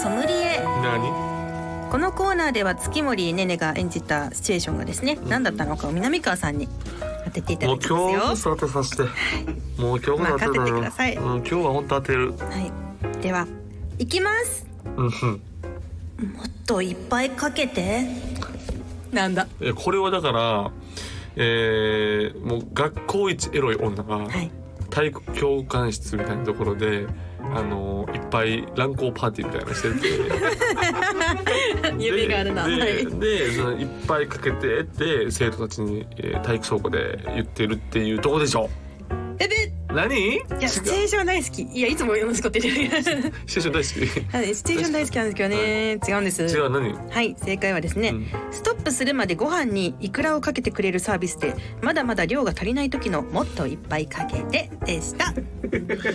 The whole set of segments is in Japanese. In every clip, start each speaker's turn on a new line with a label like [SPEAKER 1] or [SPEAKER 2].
[SPEAKER 1] ソムリエ
[SPEAKER 2] 何
[SPEAKER 1] このコーナーでは月森ねねが演じたシチュエーションがですね、何だったのかを南川さんに当てていただ
[SPEAKER 2] もう
[SPEAKER 1] き
[SPEAKER 2] 今日
[SPEAKER 1] ま
[SPEAKER 2] こ
[SPEAKER 1] すよ。
[SPEAKER 2] そ当てさせて。もう今日
[SPEAKER 1] 任
[SPEAKER 2] こそ当てた
[SPEAKER 1] せてく
[SPEAKER 2] よ。
[SPEAKER 1] ださい
[SPEAKER 2] うん今日は本当当てる。
[SPEAKER 1] はい、では行きます。
[SPEAKER 2] うんう
[SPEAKER 1] も
[SPEAKER 2] ん。
[SPEAKER 1] っといっぱいかけて。なんだ。
[SPEAKER 2] えこれはだから、えー、もう学校一エロい女が
[SPEAKER 1] はい。
[SPEAKER 2] 体育教官室みたいなところで、あのいっぱい乱交パーティーみたいなの してて。
[SPEAKER 1] 指があるな。は
[SPEAKER 2] で
[SPEAKER 1] い。
[SPEAKER 2] ででそのいっぱいかけてって生徒たちに、えー体育倉庫で言ってるっていうとこでしょ
[SPEAKER 1] えべ。
[SPEAKER 2] 何違う
[SPEAKER 1] いや、シチュエーション大好き。いや、いつも息子って言って る。
[SPEAKER 2] シチュエーション大好
[SPEAKER 1] はい、シチュエーション大好きなんですけどね。違うんです。
[SPEAKER 2] き違う何
[SPEAKER 1] はい、正解はですね、
[SPEAKER 2] うん
[SPEAKER 1] ストップするまでご飯にイクラをかけてくれるサービスで、まだまだ量が足りない時のもっといっぱいかけてで した。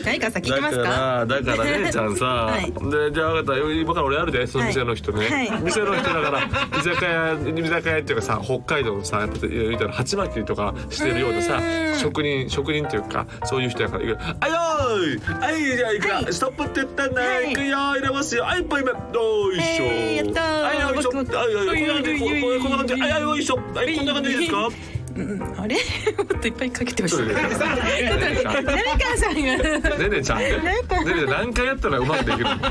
[SPEAKER 1] 何かさ聞きますか？
[SPEAKER 2] だからだから姉ちゃんさ、
[SPEAKER 1] はい
[SPEAKER 2] でじゃあ分かった今から俺あるでその店の人ね、
[SPEAKER 1] はいはい
[SPEAKER 2] 店の人だから居酒屋居酒屋っていうかさ北海道のさやっぱ言うたら鉢巻きとかしてるようなさ
[SPEAKER 1] うん
[SPEAKER 2] 職人職人っていうかそういう人やから「あよーいはいじゃあいくら、
[SPEAKER 1] はい
[SPEAKER 2] ストップって言ったんだ、
[SPEAKER 1] はい
[SPEAKER 2] い、くよ入れますよあいっぱい今よいしょ」
[SPEAKER 1] えーやったー
[SPEAKER 2] はいよいしょ」
[SPEAKER 1] 僕も
[SPEAKER 2] はいよいしょ
[SPEAKER 1] うい
[SPEAKER 2] こ
[SPEAKER 1] ういう
[SPEAKER 2] ここんな感じはいよいしょ」はいこんな感じでいいですか
[SPEAKER 1] うん、あれ？もっといっぱいかけてほしい。
[SPEAKER 2] そう
[SPEAKER 1] 南
[SPEAKER 2] だよ
[SPEAKER 1] 川さんが。
[SPEAKER 2] ねねねちゃんってねねちゃん何回やったらうまくできるのこ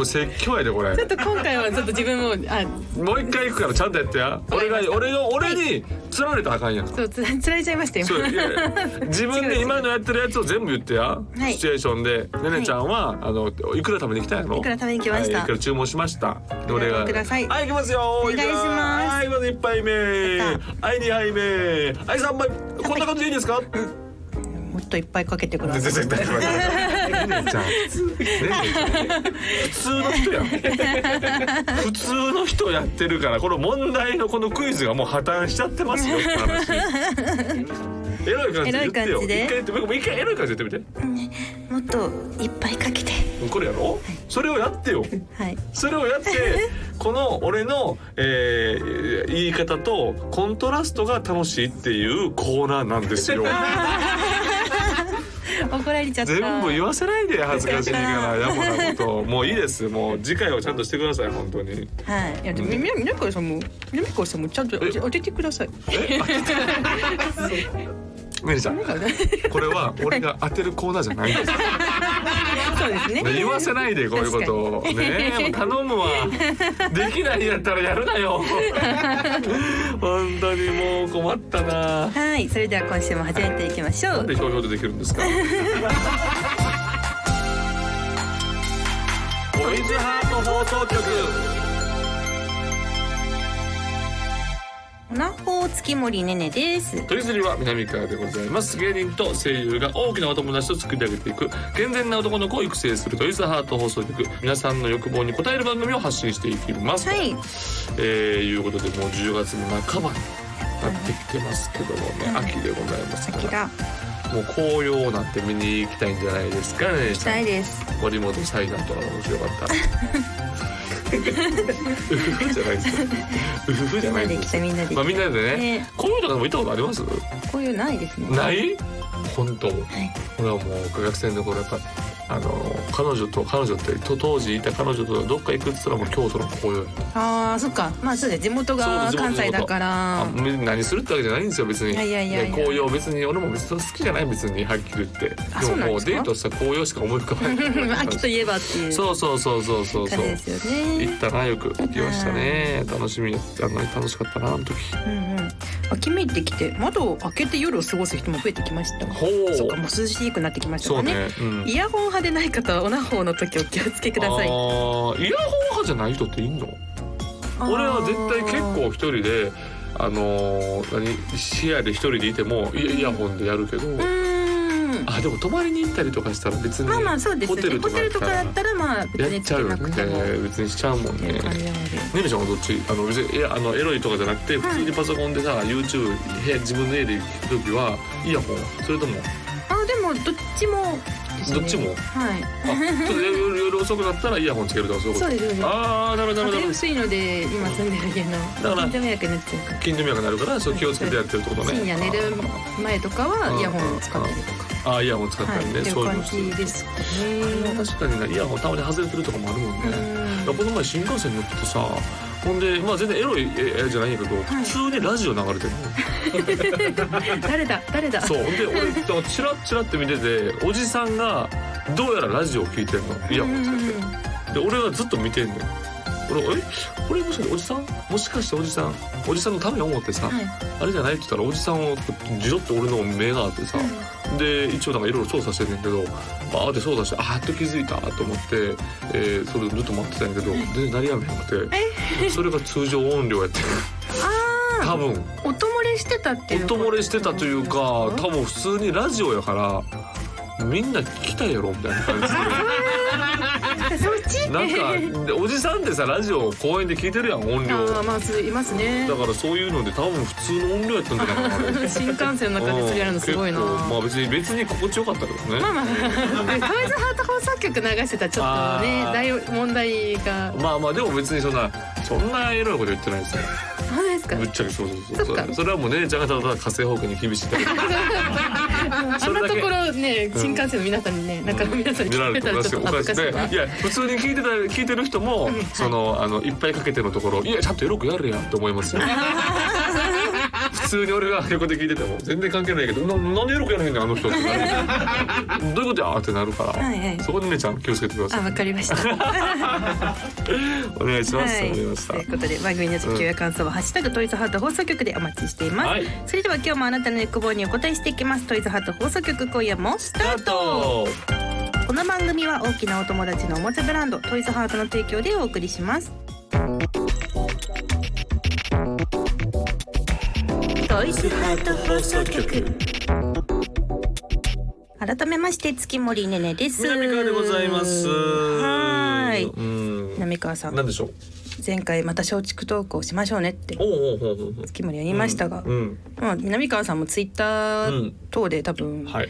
[SPEAKER 2] れ説教やでこれ
[SPEAKER 1] ちょっと今回はちょっと自分もあ
[SPEAKER 2] もう一回行くからちゃんとやってや俺が俺が俺に釣られたらあかんやん
[SPEAKER 1] そうつつられちゃいましたよ。
[SPEAKER 2] そうい やいや自分で今のやってるやつを全部言ってや、
[SPEAKER 1] い
[SPEAKER 2] シチュエーションでねねちゃんは、い、あのいくら食べに来たんやろ
[SPEAKER 1] いくら食べに来ました
[SPEAKER 2] はい、いくら注文しましたで俺が
[SPEAKER 1] ください
[SPEAKER 2] はい行きますよお
[SPEAKER 1] 願いします
[SPEAKER 2] はいまず1杯目
[SPEAKER 1] やっ
[SPEAKER 2] はい2杯目はい3杯こんな感じでいいですか
[SPEAKER 1] もっといっぱいかけてください。
[SPEAKER 2] 全然大丈夫ねねちゃんねねちゃん普通の人やん普通の人やってるからこの問題のこのクイズがもう破綻しちゃってますよって話エロい感じで言ってよ
[SPEAKER 1] エロい感じで
[SPEAKER 2] 一回言って僕も一回エロい感じで言ってみて
[SPEAKER 1] もっといっぱいかけて。
[SPEAKER 2] これやろそれをやってよ
[SPEAKER 1] はい。
[SPEAKER 2] それをやってこの俺の、えー言い方とコントラストが楽しいっていうコーナーなんですよ
[SPEAKER 1] 怒られちゃった。
[SPEAKER 2] 全部言わせないで 恥ずかしいからやぼなこともういいですもう次回はちゃんとしてください本当に
[SPEAKER 1] はい。いやでもみみ南川さんも南川さんもちゃんと当て当ててくだ さい。
[SPEAKER 2] メリちゃん
[SPEAKER 1] そう
[SPEAKER 2] これは俺が当てるコーナーじゃな いんです、ね、
[SPEAKER 1] ですね。
[SPEAKER 2] 言わせないでこういうことを ねえ頼むわできないやったらやるなよ本当にもう困ったな
[SPEAKER 1] はい、それでは今週も始めていきましょ
[SPEAKER 2] なん
[SPEAKER 1] う。
[SPEAKER 2] でひょうひょうとできる んですかボイズハート放送局
[SPEAKER 1] オナホー月森ねねです。
[SPEAKER 2] 取り釣りは南川でございます芸人と声優が大きなお友達と作り上げていく健全な男の子を育成するトイズハート放送局皆さんの欲望に応える番組を発信していきます、
[SPEAKER 1] はい、
[SPEAKER 2] えー、いうことでもう10月の半ばになってきてますけどもね、
[SPEAKER 1] はい
[SPEAKER 2] 秋でございます
[SPEAKER 1] 先
[SPEAKER 2] から
[SPEAKER 1] が
[SPEAKER 2] もう紅葉なんて見に行きたいんじゃないですかね
[SPEAKER 1] 期待です。
[SPEAKER 2] 森本サイダーとか面白か った。うふふじゃないです か。うふふじ
[SPEAKER 1] み
[SPEAKER 2] ゃ
[SPEAKER 1] ん
[SPEAKER 2] な
[SPEAKER 1] ないで
[SPEAKER 2] で
[SPEAKER 1] 来
[SPEAKER 2] す
[SPEAKER 1] た。みんなで
[SPEAKER 2] まあ
[SPEAKER 1] 来
[SPEAKER 2] みんなで
[SPEAKER 1] た。
[SPEAKER 2] ね、
[SPEAKER 1] ね、
[SPEAKER 2] こういうのとかも行ったことあります？
[SPEAKER 1] こういうないですね。は
[SPEAKER 2] ない？本当。
[SPEAKER 1] い。
[SPEAKER 2] 俺はもう学生の頃やっぱあの彼女と彼女ってと当時いた彼女とどっか行くっつったらもう京都の紅葉やった。
[SPEAKER 1] ああ、そっか。まあそうだよ地元が
[SPEAKER 2] そう
[SPEAKER 1] 関
[SPEAKER 2] 地元
[SPEAKER 1] 西だか
[SPEAKER 2] あ
[SPEAKER 1] ら。
[SPEAKER 2] 何するってわけじゃないんですよ別に。
[SPEAKER 1] いやいやいやいや
[SPEAKER 2] ね紅葉別に俺も別に好きじゃない別にはっきり言って。
[SPEAKER 1] あそうなん
[SPEAKER 2] も
[SPEAKER 1] で
[SPEAKER 2] もう
[SPEAKER 1] すか
[SPEAKER 2] デートしたら紅葉しか思い浮かばない。
[SPEAKER 1] 秋といえばっていう
[SPEAKER 2] そうそうそうそうそう
[SPEAKER 1] 感
[SPEAKER 2] そ
[SPEAKER 1] じ
[SPEAKER 2] う
[SPEAKER 1] で。すよね。
[SPEAKER 2] 行ったなよく行きましたね楽しみやったのに楽しかったなあの時
[SPEAKER 1] うんうん。秋めいてきて窓を開けて夜を過ごす人も増えてきました。
[SPEAKER 2] ほ
[SPEAKER 1] そっかもう涼しくなってきました
[SPEAKER 2] そ
[SPEAKER 1] か
[SPEAKER 2] う
[SPEAKER 1] らね。
[SPEAKER 2] ね、うん、
[SPEAKER 1] イヤホン派でない方はオナホーの時お気をつけください
[SPEAKER 2] あ。ーイヤホン派じゃない人っていんの俺は絶対結構一人であのー何視野で一人でいてもイヤイヤホンでやるけど、
[SPEAKER 1] うーん。
[SPEAKER 2] あでも泊まりに行ったりとかしたら別に
[SPEAKER 1] まあまあそうですよね。ホ
[SPEAKER 2] ホ
[SPEAKER 1] テ
[SPEAKER 2] テ
[SPEAKER 1] ル
[SPEAKER 2] ル
[SPEAKER 1] と
[SPEAKER 2] と
[SPEAKER 1] か
[SPEAKER 2] か
[SPEAKER 1] だ
[SPEAKER 2] だ
[SPEAKER 1] っ
[SPEAKER 2] ったた
[SPEAKER 1] らまあ
[SPEAKER 2] やっちゃうよ
[SPEAKER 1] なく
[SPEAKER 2] ね
[SPEAKER 1] てもって
[SPEAKER 2] 別にしちゃうもんね
[SPEAKER 1] いう感じなので。
[SPEAKER 2] ねるちゃんはどっちあの別にいやあのエロいとかじゃなくて
[SPEAKER 1] はい
[SPEAKER 2] 普通にパソコンでさ、YouTube 部屋自分の家で聞く時はイヤホンそれとも
[SPEAKER 1] あでもどっちもですね。
[SPEAKER 2] どっちも
[SPEAKER 1] はい。
[SPEAKER 2] あちょっと 夜夜遅くなったらイヤホンつけるとかそういうこ
[SPEAKER 1] そうですそうです。
[SPEAKER 2] とああなるほどなる
[SPEAKER 1] 家庭
[SPEAKER 2] ほど
[SPEAKER 1] 薄いので今住んでる家の
[SPEAKER 2] から
[SPEAKER 1] 近所迷惑になっちゃうから。
[SPEAKER 2] 近所迷惑になるからそう気をつけてやってるってことね
[SPEAKER 1] 深夜寝る前とかはイヤホンを使ったりとか。
[SPEAKER 2] あいやもう使った
[SPEAKER 1] はい、
[SPEAKER 2] り
[SPEAKER 1] っ
[SPEAKER 2] ね、
[SPEAKER 1] ていう
[SPEAKER 2] そういう
[SPEAKER 1] 感
[SPEAKER 2] のもして
[SPEAKER 1] じ
[SPEAKER 2] る
[SPEAKER 1] ですかね。
[SPEAKER 2] 確かにねイヤホンたまに外れてるとかもあるもんね、
[SPEAKER 1] うん
[SPEAKER 2] だからこの前新幹線に乗っててさほんで、まあ、全然エロいえじゃないんやけど、
[SPEAKER 1] はい
[SPEAKER 2] 普通にラジオ流れてる の
[SPEAKER 1] 誰だ誰だ。
[SPEAKER 2] そうで俺だからチラッチラって見てておじさんがどうやらラジオを聞いてんのイヤホン
[SPEAKER 1] うん
[SPEAKER 2] つけてで俺はずっと見てんねん俺えこれもしかしておじさんもしかしておじさんおじさんのために思ってさ、
[SPEAKER 1] はい。
[SPEAKER 2] あれじゃないって言ったらおじさんをじろって俺の目があってさ、で一応なんかいろいろ調査してんねんけどバーって操作してあーっと気づいたと思って、えーそれずっと待ってたんやけど全然鳴りやめへんくて それが通常音量やってる
[SPEAKER 1] あ
[SPEAKER 2] 多分
[SPEAKER 1] あ、音漏れしてたっていう。
[SPEAKER 2] 音漏れしてたというか多
[SPEAKER 1] 分。
[SPEAKER 2] 分普通にラジオやからみんな聞きたいやろみたいな感じで
[SPEAKER 1] そっ ち。
[SPEAKER 2] なんかでおじさんってさラジオを公園で聞いてるやん音量
[SPEAKER 1] ああ、まあ、すいますね
[SPEAKER 2] だ。からそういうので多分普通の音量やったんじゃないかなあ れ
[SPEAKER 1] 新幹線の中でそれやるのすごいな。
[SPEAKER 2] うん結構まあ別に別に心地よかったけどね、
[SPEAKER 1] まあまあ、トイズハート放送局流してたらちょっとね
[SPEAKER 2] あー
[SPEAKER 1] 大問題が
[SPEAKER 2] まあまあでも別にそんなそんなエロいこと言ってないですよ
[SPEAKER 1] 本当 ですか
[SPEAKER 2] ぶっちゃけそうそうそ
[SPEAKER 1] そっ
[SPEAKER 2] うそ
[SPEAKER 1] か
[SPEAKER 2] うそれはもう姉ちゃんがただただ火星放棄に厳しいだけ
[SPEAKER 1] あ
[SPEAKER 2] そ
[SPEAKER 1] ん
[SPEAKER 2] れ
[SPEAKER 1] な
[SPEAKER 2] だけ
[SPEAKER 1] ところね
[SPEAKER 2] ん
[SPEAKER 1] 新幹線の皆さんにね、なんか皆さんに
[SPEAKER 2] 見ら
[SPEAKER 1] 聞
[SPEAKER 2] れ
[SPEAKER 1] いて
[SPEAKER 2] ると
[SPEAKER 1] た
[SPEAKER 2] 思
[SPEAKER 1] ら
[SPEAKER 2] います
[SPEAKER 1] ちょ っと恥ずかし
[SPEAKER 2] よおかしい
[SPEAKER 1] いな
[SPEAKER 2] ねいや普通に聞いてた聞いてる人も
[SPEAKER 1] ん
[SPEAKER 2] そのあのいっぱいかけてのところいやちゃんとよくやるやんと思い ますよ普通に俺が横で聞いてても全然関係ないけどななんでよくやらへんねんあの人ってなるどういうことやってなるから、
[SPEAKER 1] はいはい
[SPEAKER 2] そこで姉ちゃん気をつけてくだ
[SPEAKER 1] あ、
[SPEAKER 2] さい
[SPEAKER 1] わかりま した。
[SPEAKER 2] お願いします、
[SPEAKER 1] はい、
[SPEAKER 2] わかりました
[SPEAKER 1] ということで番組の実況や感想は「ハッシュタグトイズハート放送局」でお待ちしています、
[SPEAKER 2] はい
[SPEAKER 1] それでは今日もあなたの欲望にお答えしていきますトイズハート放送局今夜もスター
[SPEAKER 2] スタ
[SPEAKER 1] ト
[SPEAKER 2] ート
[SPEAKER 1] この番組は大きなお友達のおもちゃブランドトイズハートの提供でお送りしますトイズハート放送局改めまして月森ねねです
[SPEAKER 2] 南川でございます。
[SPEAKER 1] はーい
[SPEAKER 2] うん。
[SPEAKER 1] 南川さん
[SPEAKER 2] なんでしょう。
[SPEAKER 1] 前回また松竹トークをしましょうねって
[SPEAKER 2] おうおうおうおう。
[SPEAKER 1] 月森は言いましたが、
[SPEAKER 2] うん。
[SPEAKER 1] まあ、南川さんもツイッター等で多分、
[SPEAKER 2] うんはい。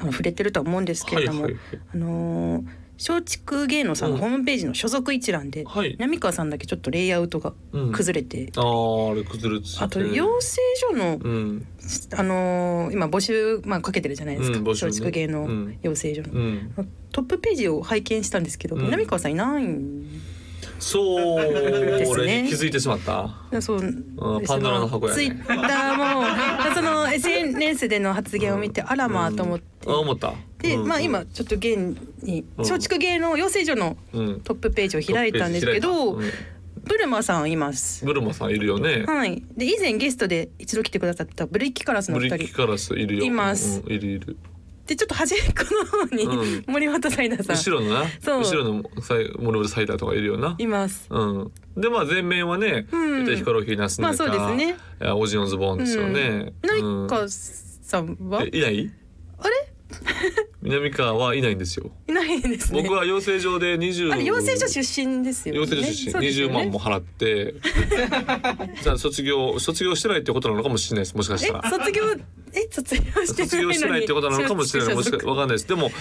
[SPEAKER 1] あの触れてるとは思うんですけれども、
[SPEAKER 2] はいはい
[SPEAKER 1] あのー松竹芸能さんの
[SPEAKER 2] うん
[SPEAKER 1] ホームページの所属一覧で、
[SPEAKER 2] はい
[SPEAKER 1] 南川さんだけちょっとレイアウトが崩れて、
[SPEAKER 2] ああ、あれ崩れついてる
[SPEAKER 1] あと養成所の、
[SPEAKER 2] うん。
[SPEAKER 1] あのー今募集、まあ、かけてるじゃないですか、
[SPEAKER 2] うん募集
[SPEAKER 1] 松
[SPEAKER 2] ね
[SPEAKER 1] 竹芸能
[SPEAKER 2] うん
[SPEAKER 1] 養成所の、
[SPEAKER 2] うん。
[SPEAKER 1] トップページを拝見したんですけど、
[SPEAKER 2] うん
[SPEAKER 1] 南川さんいないん
[SPEAKER 2] そう。
[SPEAKER 1] すね
[SPEAKER 2] 俺に気づいてしまった。
[SPEAKER 1] そう
[SPEAKER 2] パンドラの箱やね
[SPEAKER 1] ツイッターもその SNS での発言を見て、あらまあと思って、
[SPEAKER 2] あ、思った。
[SPEAKER 1] で、
[SPEAKER 2] うん
[SPEAKER 1] まあ今。ちょっと現に
[SPEAKER 2] うん
[SPEAKER 1] 松竹芸能養成所の
[SPEAKER 2] うん。
[SPEAKER 1] トップページを開いたんですけど、
[SPEAKER 2] うん
[SPEAKER 1] ブルマさんいます。
[SPEAKER 2] ブルマさんいるよね。
[SPEAKER 1] はい。で以前ゲストで一度来てくださったブレーキカラスの
[SPEAKER 2] ブ
[SPEAKER 1] 二
[SPEAKER 2] リッキ
[SPEAKER 1] 人
[SPEAKER 2] カラスいるよ。
[SPEAKER 1] います
[SPEAKER 2] うんいるいる。
[SPEAKER 1] でちょっと端っこの方に、
[SPEAKER 2] うん
[SPEAKER 1] 森本サイダーさ
[SPEAKER 2] 後
[SPEAKER 1] ん
[SPEAKER 2] ろのな。
[SPEAKER 1] そう
[SPEAKER 2] 後ろのサイモルブルサイダーとかいるよな。
[SPEAKER 1] います。
[SPEAKER 2] うん。でまあ前面はね、
[SPEAKER 1] うん
[SPEAKER 2] 宇多ヒカルヒナス
[SPEAKER 1] まあそうですね。
[SPEAKER 2] オジオンズボーンですよね。
[SPEAKER 1] 南川さんは、
[SPEAKER 2] うんえいない？
[SPEAKER 1] あれ
[SPEAKER 2] 南川はいないんですよ。
[SPEAKER 1] いないですね。
[SPEAKER 2] 僕は養成所で20
[SPEAKER 1] あれ養成所出身ですよね。
[SPEAKER 2] 養成所出身
[SPEAKER 1] そうで
[SPEAKER 2] 二
[SPEAKER 1] す
[SPEAKER 2] 十
[SPEAKER 1] よね
[SPEAKER 2] 万も払 って、じゃあ卒業卒業してないってことなのかもしれないです。もしかした
[SPEAKER 1] え
[SPEAKER 2] ら。
[SPEAKER 1] 卒業え卒業してないのに
[SPEAKER 2] 卒業してないってことなのかも しれない。もしかわかんないです。でも
[SPEAKER 1] はい。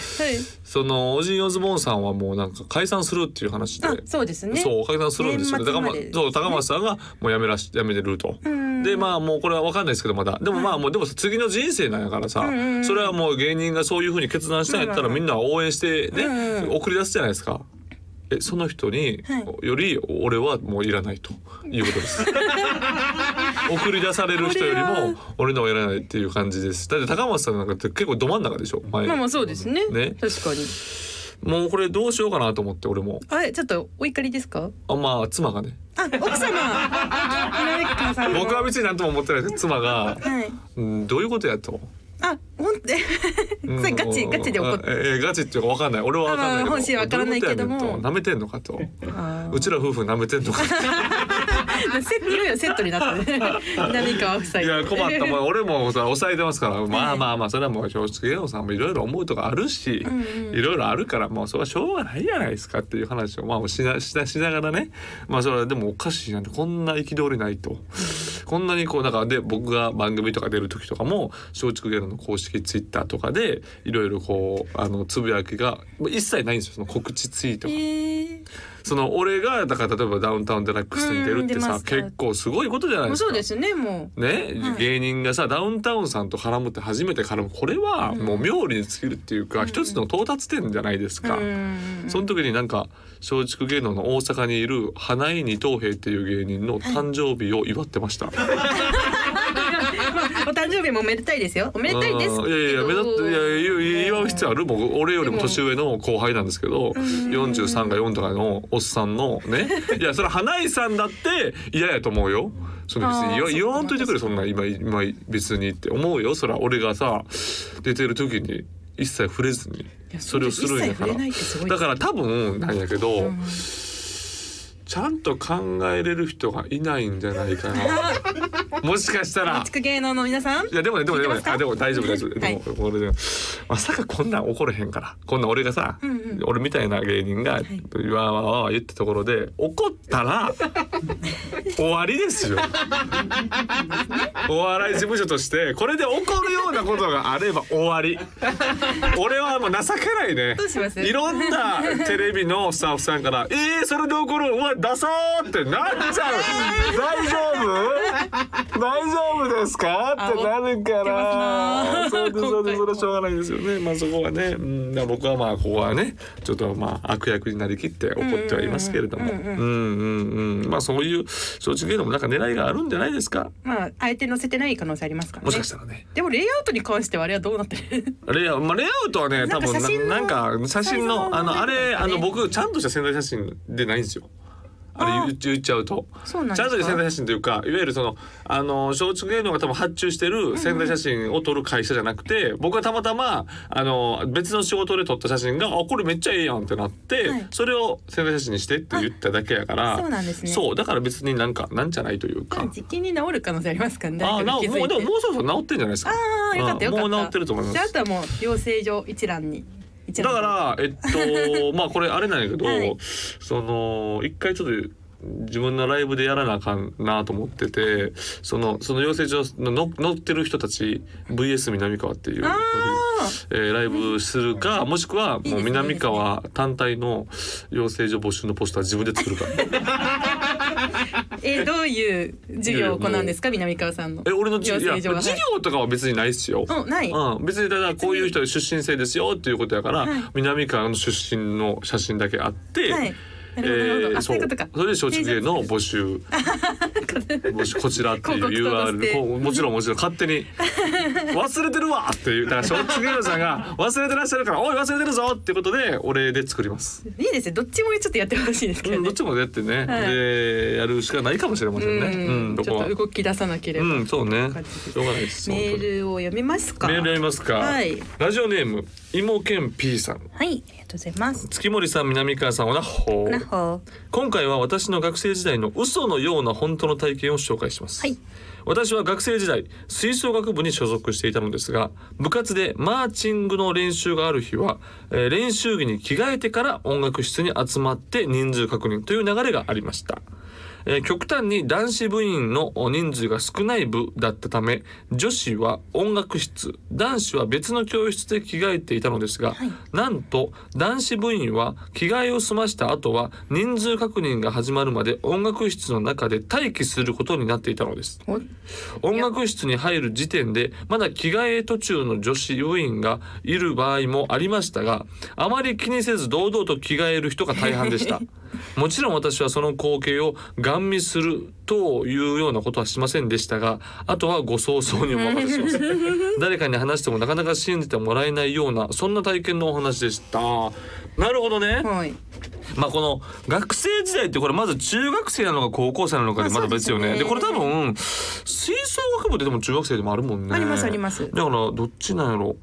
[SPEAKER 2] そのオジンオズボーンさんはもうなんか解散するっていう話で
[SPEAKER 1] あ、そうですね。
[SPEAKER 2] そう解散するんですよね。
[SPEAKER 1] 年末
[SPEAKER 2] だか
[SPEAKER 1] ま
[SPEAKER 2] らまあ
[SPEAKER 1] で
[SPEAKER 2] そう高松さんがもう辞めらし辞めてると。
[SPEAKER 1] うん。
[SPEAKER 2] でまあもうこれは分かんないですけどまだでもまあもうでも次の人生なんやからさ、
[SPEAKER 1] んうんうん
[SPEAKER 2] それはもう芸人がそういうふうに決断したんやったら
[SPEAKER 1] うんうんう
[SPEAKER 2] みんな応援してね、
[SPEAKER 1] うんうん
[SPEAKER 2] 送り出すじゃないですか。えその人に、
[SPEAKER 1] は
[SPEAKER 2] より俺はもういらないというこ とです。送り出される人より
[SPEAKER 1] これ
[SPEAKER 2] も俺のはいらないっていう感じです。だって高松さんなんかって結構ど真ん中でしょ前、
[SPEAKER 1] まあまあそうですね。
[SPEAKER 2] ね
[SPEAKER 1] 確かに。
[SPEAKER 2] もうこれどうしようかなと思って俺も
[SPEAKER 1] あれちょっとお怒りですか？
[SPEAKER 2] あまあ妻がね
[SPEAKER 1] あ、奥様。南川さんの
[SPEAKER 2] 僕は別に何とも思ってないです妻
[SPEAKER 1] は
[SPEAKER 2] が、
[SPEAKER 1] い。
[SPEAKER 2] うん、どういうことやと。
[SPEAKER 1] あ、ほんえそれガチガチで怒っ
[SPEAKER 2] うんええガチっていうかわかんない俺はわかんないけど、
[SPEAKER 1] あまあ本心わからないけども
[SPEAKER 2] ういうことやねんと舐めてんのかと
[SPEAKER 1] あー
[SPEAKER 2] うちら夫婦舐めてんのかと
[SPEAKER 1] セットいろいろセットになってね。 南川夫妻。
[SPEAKER 2] いや困 ったもん俺もさ抑えてますからまあまあまあそれはもう正直芸能さんもいろいろ思うとかあるし、
[SPEAKER 1] んうん
[SPEAKER 2] いろいろあるからもうそれはしょうがないじゃないですかっていう話をまあしなしなしながらねまあそれはでもおかしいなんてこんな憤りないとこんなにこうなんかで僕が番組とか出る時とかも松竹芸能の公式ツイッターとかでいろいろこうあのつぶやきがまあ一切ないんですよその告知ツイート
[SPEAKER 1] え
[SPEAKER 2] が。
[SPEAKER 1] ー
[SPEAKER 2] その俺がだから例えばダウンタウンデラックスに出るって
[SPEAKER 1] う
[SPEAKER 2] さ
[SPEAKER 1] ん出ます
[SPEAKER 2] 結構すごいことじゃない
[SPEAKER 1] も
[SPEAKER 2] で
[SPEAKER 1] う
[SPEAKER 2] す
[SPEAKER 1] そ
[SPEAKER 2] か
[SPEAKER 1] うですねも
[SPEAKER 2] ね、
[SPEAKER 1] はい
[SPEAKER 2] 芸人がさダウンタウンさんと絡むって初めて絡むこれはもう妙利に尽きるっていうか、
[SPEAKER 1] うん
[SPEAKER 2] 一つの到達点じゃないです
[SPEAKER 1] う。
[SPEAKER 2] か。
[SPEAKER 1] うん
[SPEAKER 2] その時になんか松竹芸能の大阪にいる花井二等兵っていう芸人の誕生日を祝ってました。
[SPEAKER 1] お誕生日もおめでたいですよ。おめでたいですけ
[SPEAKER 2] あ
[SPEAKER 1] ど。
[SPEAKER 2] ーいやいや目立っていやいやいや祝う必要ある僕俺よりも年上の後輩なんですけど43か4とかのおっさんのねいやそれ花井さんだって嫌やと思うよ。その別に言
[SPEAKER 1] あ
[SPEAKER 2] わ
[SPEAKER 1] ー
[SPEAKER 2] 言わんといてくれ
[SPEAKER 1] そ
[SPEAKER 2] そんな今今別にって思うよそら俺がさ出てる時に一切触れずに
[SPEAKER 1] いや
[SPEAKER 2] それをするんやか
[SPEAKER 1] 一切触
[SPEAKER 2] ら
[SPEAKER 1] れないってすごいで
[SPEAKER 2] だ
[SPEAKER 1] す
[SPEAKER 2] から多分なんやけど、
[SPEAKER 1] うん
[SPEAKER 2] ちゃんと考えれる人がいないんじゃないかなもしかしたら
[SPEAKER 1] 地区芸能の皆さん
[SPEAKER 2] い。やでもねでもねでも
[SPEAKER 1] 聞いてま
[SPEAKER 2] ね
[SPEAKER 1] すか
[SPEAKER 2] あでも大丈夫大丈夫、
[SPEAKER 1] はい
[SPEAKER 2] でも俺でもまさかこんなん怒れへんからこんなん俺がさ、
[SPEAKER 1] うんうん
[SPEAKER 2] 俺みたいな芸人が、
[SPEAKER 1] い
[SPEAKER 2] わーわーわー言ったところで怒ったら終わりですよお笑い事務所としてこれで怒るようなことがあれば終わり俺はもう情けないね
[SPEAKER 1] どうします
[SPEAKER 2] いろんなテレビのスタッフさんから「えー、それで怒るうわ出そう!」ってなっちゃう大丈夫大丈夫ですかってなるから
[SPEAKER 1] あ
[SPEAKER 2] そ
[SPEAKER 1] 怒
[SPEAKER 2] う
[SPEAKER 1] ってますな
[SPEAKER 2] ですそうですそれはしょうがないですよ ねまあそこはねうんだから僕はまあここはねちょっとまあ悪役になりきって怒ってはいますけれどもう
[SPEAKER 1] うんん
[SPEAKER 2] う
[SPEAKER 1] うん
[SPEAKER 2] んうんまあそういう正直言うのもなんか狙いがあるんじゃないですか
[SPEAKER 1] まああえて載せてない可能性ありますからね。
[SPEAKER 2] もしかしたらね。
[SPEAKER 1] でもレイアウトに関してはあれはどうなってる？
[SPEAKER 2] レイア,、まあ、レイアウトはね多
[SPEAKER 1] なんか
[SPEAKER 2] 分
[SPEAKER 1] 写真の
[SPEAKER 2] ななんか写真
[SPEAKER 1] サイズ
[SPEAKER 2] の
[SPEAKER 1] の
[SPEAKER 2] あのあ
[SPEAKER 1] な
[SPEAKER 2] れ
[SPEAKER 1] んか
[SPEAKER 2] あ
[SPEAKER 1] ね
[SPEAKER 2] の僕ちゃんとした宣材写真でないんですよ。あれ
[SPEAKER 1] あー
[SPEAKER 2] 言っ言っちゃうと
[SPEAKER 1] そうなん
[SPEAKER 2] ち
[SPEAKER 1] で
[SPEAKER 2] ゃん
[SPEAKER 1] す
[SPEAKER 2] と
[SPEAKER 1] か
[SPEAKER 2] した宣材写真というかいわゆるそのあの松竹芸能が多分発注してる宣材写真を撮る会社じゃなくて、僕はたまたまあの別の仕事で撮った写真があこれめっちゃええやんってなって、
[SPEAKER 1] はい
[SPEAKER 2] それを宣材写真にしてって言っただけやから
[SPEAKER 1] あ そうなんですね
[SPEAKER 2] そうだから別になんかなんじゃないというか。
[SPEAKER 1] 時期に治る可能性ありますからね。
[SPEAKER 2] あーなお
[SPEAKER 1] 誰かに
[SPEAKER 2] もう
[SPEAKER 1] 気
[SPEAKER 2] で
[SPEAKER 1] づいて
[SPEAKER 2] ももうそろそろ治ってんじゃないですか。
[SPEAKER 1] ああよかったよかった。
[SPEAKER 2] もう治ってると思います
[SPEAKER 1] じゃああとはもう養成所一覧に。一
[SPEAKER 2] だ
[SPEAKER 1] 覧に
[SPEAKER 2] からえっ とまあこれあれなんやけど、
[SPEAKER 1] はい
[SPEAKER 2] その一回ちょっと自分のライブでやらなあかんなと思っててそのその養成所のの乗ってる人たち VS 南川っていう
[SPEAKER 1] あ
[SPEAKER 2] えーライブするかもしくはもう
[SPEAKER 1] いいですね
[SPEAKER 2] 南川単体の養成所募集のポスター自分で 作るから
[SPEAKER 1] あえーどういう授業を行うんですか南川さんの。
[SPEAKER 2] え俺のじ
[SPEAKER 1] 養
[SPEAKER 2] いや
[SPEAKER 1] 成所は。
[SPEAKER 2] 授業とかは別にないっすよ。
[SPEAKER 1] はいおない。
[SPEAKER 2] うん、別にただこういう人出身生ですよっていうことやから、
[SPEAKER 1] はい
[SPEAKER 2] 南川の出身の写真だけあって、
[SPEAKER 1] はい。
[SPEAKER 2] え
[SPEAKER 1] なるほどなるほど。
[SPEAKER 2] ー
[SPEAKER 1] あ
[SPEAKER 2] そ
[SPEAKER 1] そういうこ
[SPEAKER 2] うそれ
[SPEAKER 1] と
[SPEAKER 2] で
[SPEAKER 1] か。
[SPEAKER 2] 松竹芸の 募集募集こちらっていう
[SPEAKER 1] 広告として
[SPEAKER 2] URL こうもちろんもちろん勝手に「忘れてるわ!」っていうだから松竹芸能さんが「 忘れてらっしゃるからおい忘れてるぞ!」っていうことでお礼で作ります。
[SPEAKER 1] いいですね。どっちもちょっとやってほしいですけ
[SPEAKER 2] う
[SPEAKER 1] ど
[SPEAKER 2] ん、
[SPEAKER 1] ね
[SPEAKER 2] どっ。ちもやってね、
[SPEAKER 1] はい
[SPEAKER 2] でやるしかないかもしれませんね。うん、
[SPEAKER 1] うん、
[SPEAKER 2] ど
[SPEAKER 1] ち
[SPEAKER 2] こ
[SPEAKER 1] ょっ
[SPEAKER 2] は
[SPEAKER 1] と。動き出さなければ。
[SPEAKER 2] うん、そうね。
[SPEAKER 1] 感じ
[SPEAKER 2] しょうがないです。
[SPEAKER 1] メ
[SPEAKER 2] 本当に
[SPEAKER 1] ールを読みますか。
[SPEAKER 2] メールやりますか。
[SPEAKER 1] はい
[SPEAKER 2] ラジオネームいもけん P さん、
[SPEAKER 1] はい、ありがとうございます。
[SPEAKER 2] 月森さん、南川さん、おなほー。
[SPEAKER 1] なほ
[SPEAKER 2] 今回は私の学生時代の嘘のような本当の体験を紹介します、
[SPEAKER 1] はい
[SPEAKER 2] 私は学生時代吹奏楽部に所属していたのですが部活でマーチングの練習がある日は、えー練習着に着替えてから音楽室に集まって人数確認という流れがありましたえー極端に男子部員の人数が少ない部だったため女子は音楽室男子は別の教室で着替えていたのです
[SPEAKER 1] は
[SPEAKER 2] が、
[SPEAKER 1] い
[SPEAKER 2] なんと男子部員は着替えを済ました後は人数確認が始まるまで音楽室の中で待機することになっていたのです
[SPEAKER 1] う。お
[SPEAKER 2] 音楽室に入る時点でまだ着替え途中の女子部員がいる場合もありましたがあまり気にせず堂々と着替える人が大半でしたもちろん私はその光景をガン見するというようなことはしませんでしたがあとはご想像にお任せします誰かに話してもなかなか信じてもらえないようなそんな体験のお話でしたなるほどね、
[SPEAKER 1] はい。
[SPEAKER 2] まあこの学生時代ってこれまず中学生なのか高校生なのかでまだ別よね。
[SPEAKER 1] まあ
[SPEAKER 2] で
[SPEAKER 1] そうですね
[SPEAKER 2] これ多分吹奏楽部ででも中学生でもあるもんね。
[SPEAKER 1] ありますあります
[SPEAKER 2] だからどっちなんやろ。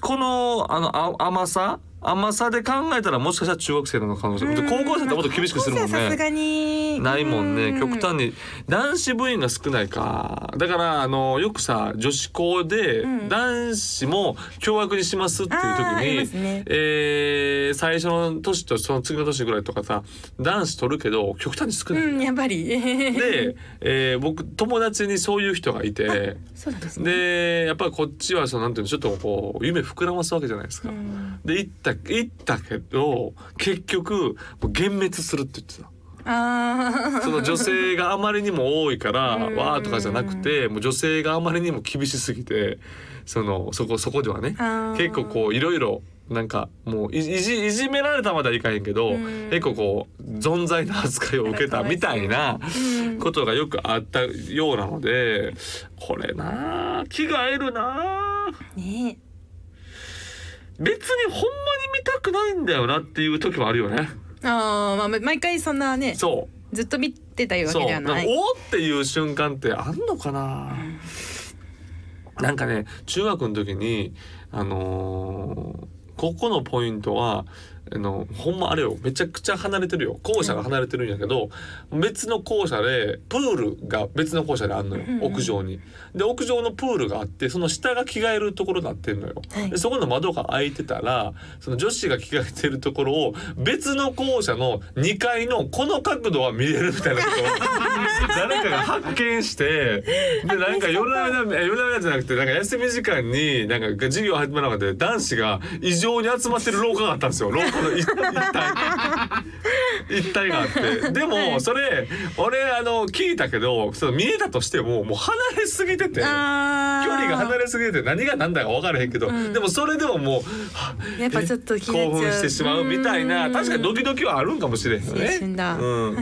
[SPEAKER 2] このあのあ甘さ甘さで考えたらもしかしたら中学生なの可能性。で高校生ってもっと厳しくするもん
[SPEAKER 1] 高校生はさす
[SPEAKER 2] ね。
[SPEAKER 1] がに
[SPEAKER 2] ないもん
[SPEAKER 1] う
[SPEAKER 2] ね極端に男子部員が少ないかだからあのよくさ女子校で
[SPEAKER 1] ん
[SPEAKER 2] 男子も共学にしますっていう時
[SPEAKER 1] あーあり
[SPEAKER 2] に、
[SPEAKER 1] ますね
[SPEAKER 2] えー最初の年とその次の年ぐらいとかさ男子取るけど極端に少ない。
[SPEAKER 1] うん、やっぱり。
[SPEAKER 2] で、えー僕友達にそういう人がいて
[SPEAKER 1] そうなんですね。
[SPEAKER 2] でやっぱりこっちはそのなんていうのちょっとこう夢膨らますわけじゃないです
[SPEAKER 1] う
[SPEAKER 2] か。
[SPEAKER 1] ん
[SPEAKER 2] で行ったった行ったけど結局もう幻滅するって言ってた。
[SPEAKER 1] ああ
[SPEAKER 2] その女性があまりにも多いから
[SPEAKER 1] うん
[SPEAKER 2] わーとかじゃなくてもう女性があまりにも厳しすぎてそのそこそこではね
[SPEAKER 1] あー
[SPEAKER 2] 結構こういろいろなんかもういいじいじめられたまではいかへんけ
[SPEAKER 1] う
[SPEAKER 2] ど
[SPEAKER 1] ん
[SPEAKER 2] 結構こう存在の扱いを受けたみたいな
[SPEAKER 1] うん
[SPEAKER 2] ことがよくあったようなのでこれなあ気が合えるなあ
[SPEAKER 1] ね
[SPEAKER 2] 別にほんまに見たくないんだよなっていう時もあるよね。
[SPEAKER 1] えああまあ毎回そんなね
[SPEAKER 2] そう
[SPEAKER 1] ずっと見てたわけ
[SPEAKER 2] そう
[SPEAKER 1] ではな
[SPEAKER 2] なん
[SPEAKER 1] い
[SPEAKER 2] かおーっていう瞬間ってあんのかな、なんかね中学の時にあのーここのポイントはあのほんまあれよめちゃくちゃ離れてるよ校舎が離れてるんやけど、別の校舎でプールが別の校舎であんのよ、
[SPEAKER 1] うんうん
[SPEAKER 2] 屋上に。で屋上のプールがあってその下が着替えるところになってんのよ。
[SPEAKER 1] はい
[SPEAKER 2] でそこの窓が開いてたらその女子が着替えてるところを別の校舎の2階のこの角度は見れるみたいな ことを誰かが発見してでなんか夜な夜な夜な夜なじゃなくてなんか休み時間になんか授業始まる中で男子が異常に集まってる廊下があったんですよ廊下の一一帯一帯があってでもそれ俺あの聞いたけどその見えたとしてももう離れすぎてて。
[SPEAKER 1] あ
[SPEAKER 2] 距離が離
[SPEAKER 1] れ
[SPEAKER 2] れすぎてて何が何だか分からへんけど、
[SPEAKER 1] うん
[SPEAKER 2] でもそれでももうは
[SPEAKER 1] やっぱちょっと気が
[SPEAKER 2] 興奮してしまうみたいな確かにドキドキはあるんかもしれへんよ ね。
[SPEAKER 1] 青春だ
[SPEAKER 2] うん、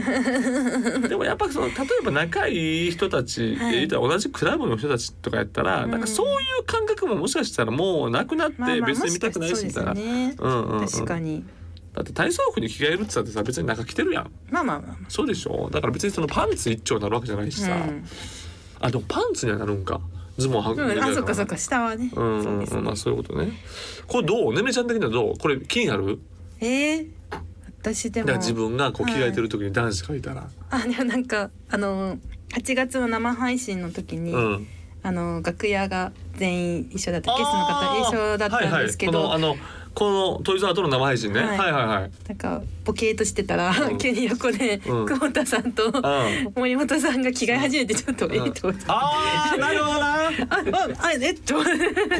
[SPEAKER 2] でもやっぱその例えば仲いい人たち、
[SPEAKER 1] はい
[SPEAKER 2] い、ったら同じクラブの人たちとかやったら、
[SPEAKER 1] うん
[SPEAKER 2] なんかそういう感覚ももしかしたらもうなくなって別に見たくないしみたいな。
[SPEAKER 1] ね
[SPEAKER 2] うんうんうん
[SPEAKER 1] 確かに
[SPEAKER 2] だって体操服に着替えるって言ったってさ別に中着てるやん
[SPEAKER 1] まあまあまあま
[SPEAKER 2] そうでしょだから別にそのパンツ一丁になるわけじゃないしさ、
[SPEAKER 1] あうん
[SPEAKER 2] あでもパンツにはなるんかズボンはく
[SPEAKER 1] うんあそっかそっか下はね
[SPEAKER 2] うん
[SPEAKER 1] そううんです
[SPEAKER 2] うん、
[SPEAKER 1] ね
[SPEAKER 2] まあそういうことね。これどうねめちゃん的にはどうこれ気になる
[SPEAKER 1] えー私で
[SPEAKER 2] だ
[SPEAKER 1] も
[SPEAKER 2] から自分がこう
[SPEAKER 1] は
[SPEAKER 2] 着
[SPEAKER 1] い
[SPEAKER 2] 替えてる時に男子がいたら。
[SPEAKER 1] あでもなんかあの8月の生配信の時に、
[SPEAKER 2] うん。
[SPEAKER 1] あの楽屋が全員一緒だったゲストの方一緒だったんですけど、
[SPEAKER 2] はいはい、このあのこのトイザーとの生配信ね。は、
[SPEAKER 1] はいい
[SPEAKER 2] はい、はいはい
[SPEAKER 1] なんかボケーとしてたら、
[SPEAKER 2] うん
[SPEAKER 1] 急に横で、
[SPEAKER 2] うん
[SPEAKER 1] 久保田さんと、
[SPEAKER 2] ん
[SPEAKER 1] 森本さんが着替え始めてちょっと、えっと思ってあ
[SPEAKER 2] ああなるほどな。
[SPEAKER 1] ああえっと
[SPEAKER 2] こ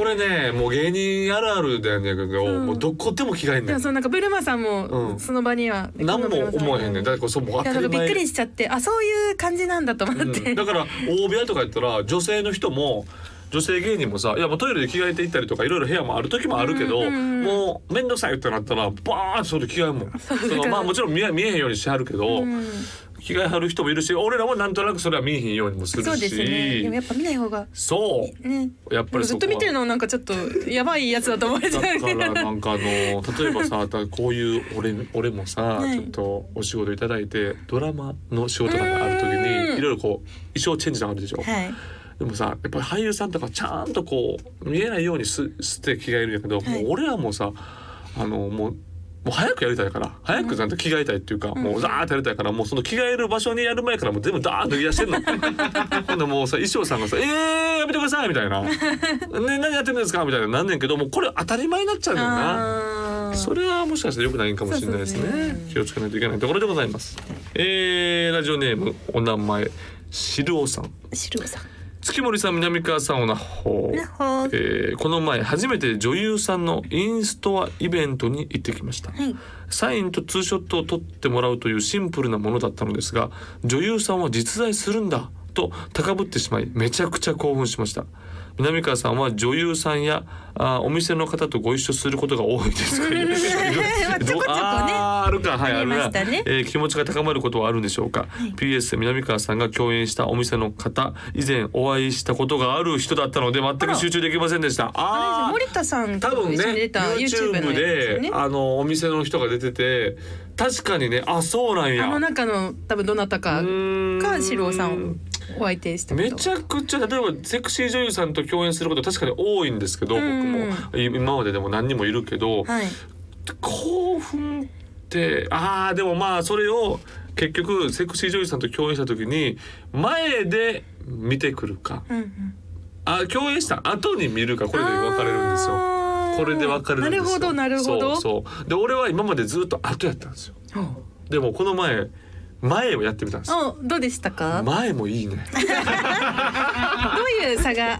[SPEAKER 2] れねもう芸人あるあるだよねけど、
[SPEAKER 1] うん
[SPEAKER 2] もうどこでも着替えん
[SPEAKER 1] で
[SPEAKER 2] ね
[SPEAKER 1] も
[SPEAKER 2] ん。
[SPEAKER 1] そのなんかブルマさん
[SPEAKER 2] う
[SPEAKER 1] も
[SPEAKER 2] ん
[SPEAKER 1] その場には、
[SPEAKER 2] 何も思えへんねん。だってこれそうもう
[SPEAKER 1] い
[SPEAKER 2] 当
[SPEAKER 1] や
[SPEAKER 2] た
[SPEAKER 1] なん
[SPEAKER 2] り
[SPEAKER 1] かびっ
[SPEAKER 2] 前
[SPEAKER 1] く。りしちゃってあそういう感じなんだと思って、
[SPEAKER 2] うんだから大部屋とかやったら女性の人も女性芸人もさいやもうトイレで着替えて行ったりとかいろいろ部屋もある時もあるけど、
[SPEAKER 1] うんうんうん
[SPEAKER 2] もう面倒くさいってなったらバーンそれ着替えんもんそ
[SPEAKER 1] だ
[SPEAKER 2] の
[SPEAKER 1] から
[SPEAKER 2] まあもちろん見え見えへんようにしてはるけど、
[SPEAKER 1] うん
[SPEAKER 2] 着替えはる人もいるし俺らもなんとなくそれは見えへんようにもする し
[SPEAKER 1] そうですねでもやっぱ見ない方が
[SPEAKER 2] そう
[SPEAKER 1] ね
[SPEAKER 2] やっぱり
[SPEAKER 1] ず
[SPEAKER 2] そ
[SPEAKER 1] っ
[SPEAKER 2] こ
[SPEAKER 1] と
[SPEAKER 2] は
[SPEAKER 1] 見てるのもなんかちょっとやばいやつだと思われちゃう
[SPEAKER 2] だか
[SPEAKER 1] けど
[SPEAKER 2] らな んかあの例えばさたこういう俺俺もさ、
[SPEAKER 1] はい
[SPEAKER 2] ちょっとお仕事いただいてドラマの仕事がある時
[SPEAKER 1] うん
[SPEAKER 2] にいろいろこう衣装チェンジがあるでしょ。
[SPEAKER 1] はい
[SPEAKER 2] でもさやっぱり俳優さんとかちゃんとこう見えないようにすして着替えるんやけど、
[SPEAKER 1] はい
[SPEAKER 2] もう俺らもさあのもう。もう早くやりたいから早くちゃんと着替えたいっていうか、もうザーッとやりたいからもうその着替える場所にやる前からもう全部ダーッと脱ぎ出して んのほんでもうさ衣装さんがさ「えー、やめてください」みた いな「ね、何やってるんですか?」みたいななんねんけどもうこれ当たり前になっちゃうんだよな。
[SPEAKER 1] あー
[SPEAKER 2] それはもしかしたら良くないんかもしれないですね
[SPEAKER 1] そうですね
[SPEAKER 2] 気をつけないといけないところでございます。えー、ラジオネームお名前しるおさん
[SPEAKER 1] シルバさん
[SPEAKER 2] 月森さん南川さんおなほ
[SPEAKER 1] なほー
[SPEAKER 2] えーこの前初めて女優さんのインストアイベントに行ってきました
[SPEAKER 1] はい
[SPEAKER 2] サインとツーショットを撮ってもらうというシンプルなものだったのですが女優さんは実在するんだと高ぶってしまいめちゃくちゃ興奮しました南川さんは女優さんやあーお店の方とご一緒することが多いですか
[SPEAKER 1] ま あちょこちょこね
[SPEAKER 2] あーあるかはい
[SPEAKER 1] あ
[SPEAKER 2] あ
[SPEAKER 1] り
[SPEAKER 2] る
[SPEAKER 1] ま
[SPEAKER 2] な
[SPEAKER 1] したね
[SPEAKER 2] えー気持ちが高まることはあるんでしょうか、PS 南川さんが共演したお店の方以前お会いしたことがある人だったので全く集中できませんでしたあ
[SPEAKER 1] あ
[SPEAKER 2] ー
[SPEAKER 1] れですよ森田さん
[SPEAKER 2] 多
[SPEAKER 1] と
[SPEAKER 2] 分ね
[SPEAKER 1] 一緒に出た YouTube の
[SPEAKER 2] YouTube
[SPEAKER 1] やつ
[SPEAKER 2] で
[SPEAKER 1] よね
[SPEAKER 2] あのお店の人が出てて確かにねあそうなんや
[SPEAKER 1] あの中の多分どなたか
[SPEAKER 2] うーん
[SPEAKER 1] か四郎さんをお相手した
[SPEAKER 2] め
[SPEAKER 1] こと
[SPEAKER 2] ちゃくちゃ例えばセクシー女優さんと共演すること確かに多いんですけど
[SPEAKER 1] う
[SPEAKER 2] 僕も
[SPEAKER 1] ん
[SPEAKER 2] 今まででも何人もいるけど、
[SPEAKER 1] はい
[SPEAKER 2] 興奮ってああでもまあそれを結局セクシー女優さんと共演した時に前で見てくるか
[SPEAKER 1] うんうん
[SPEAKER 2] あ共演した後に見るかこれで分かれるんですよ。
[SPEAKER 1] あー
[SPEAKER 2] これで分かれるんです
[SPEAKER 1] なる
[SPEAKER 2] よ。
[SPEAKER 1] ほどなるほど
[SPEAKER 2] そうそうで俺は今までずっと後やったんですよ。
[SPEAKER 1] ほう
[SPEAKER 2] でもこの前前をやってみたんですよ。
[SPEAKER 1] おどうでしたか、
[SPEAKER 2] 前もいいね。
[SPEAKER 1] どういう差が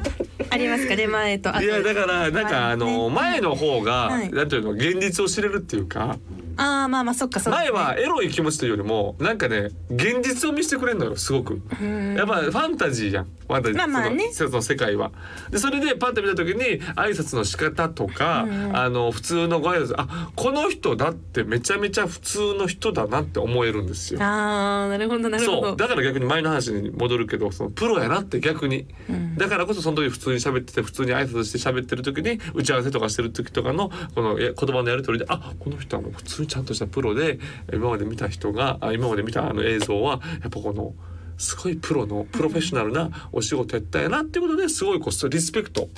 [SPEAKER 1] ありますかね前と後
[SPEAKER 2] いやだからなんかあの
[SPEAKER 1] ね
[SPEAKER 2] 前の方が
[SPEAKER 1] はい
[SPEAKER 2] なんていうの現実を知れるっていうか
[SPEAKER 1] ああまあまあそっかそっか
[SPEAKER 2] 前はエロい気持ちというよりもなんかね現実を見せてくれるのよすごく。や
[SPEAKER 1] や
[SPEAKER 2] っぱファンタジーやんファンタジー
[SPEAKER 1] まあまあね
[SPEAKER 2] そのその世界は。でそれでパッと見た時に挨拶の仕方とか、
[SPEAKER 1] うんうん
[SPEAKER 2] あの普通のご挨拶あこの人だってめちゃめちゃ普通の人だなって思えるんですよ。
[SPEAKER 1] ああなるほどなるほ
[SPEAKER 2] そう
[SPEAKER 1] ど
[SPEAKER 2] だから逆に前の話に戻るけどそのプロやなって逆に
[SPEAKER 1] うん
[SPEAKER 2] だからこそその時普通に喋ってて普通に挨拶して喋ってる時に打ち合わせとかしてる時とかのこのえ言葉のやり取りであこの人はもう普通にちゃんとしたプロで今まで見た人があ今まで見たあの映像はやっぱこのすごいプロのプロフェッショナルなお仕事やったんやなっていうことですごいこうリスペクト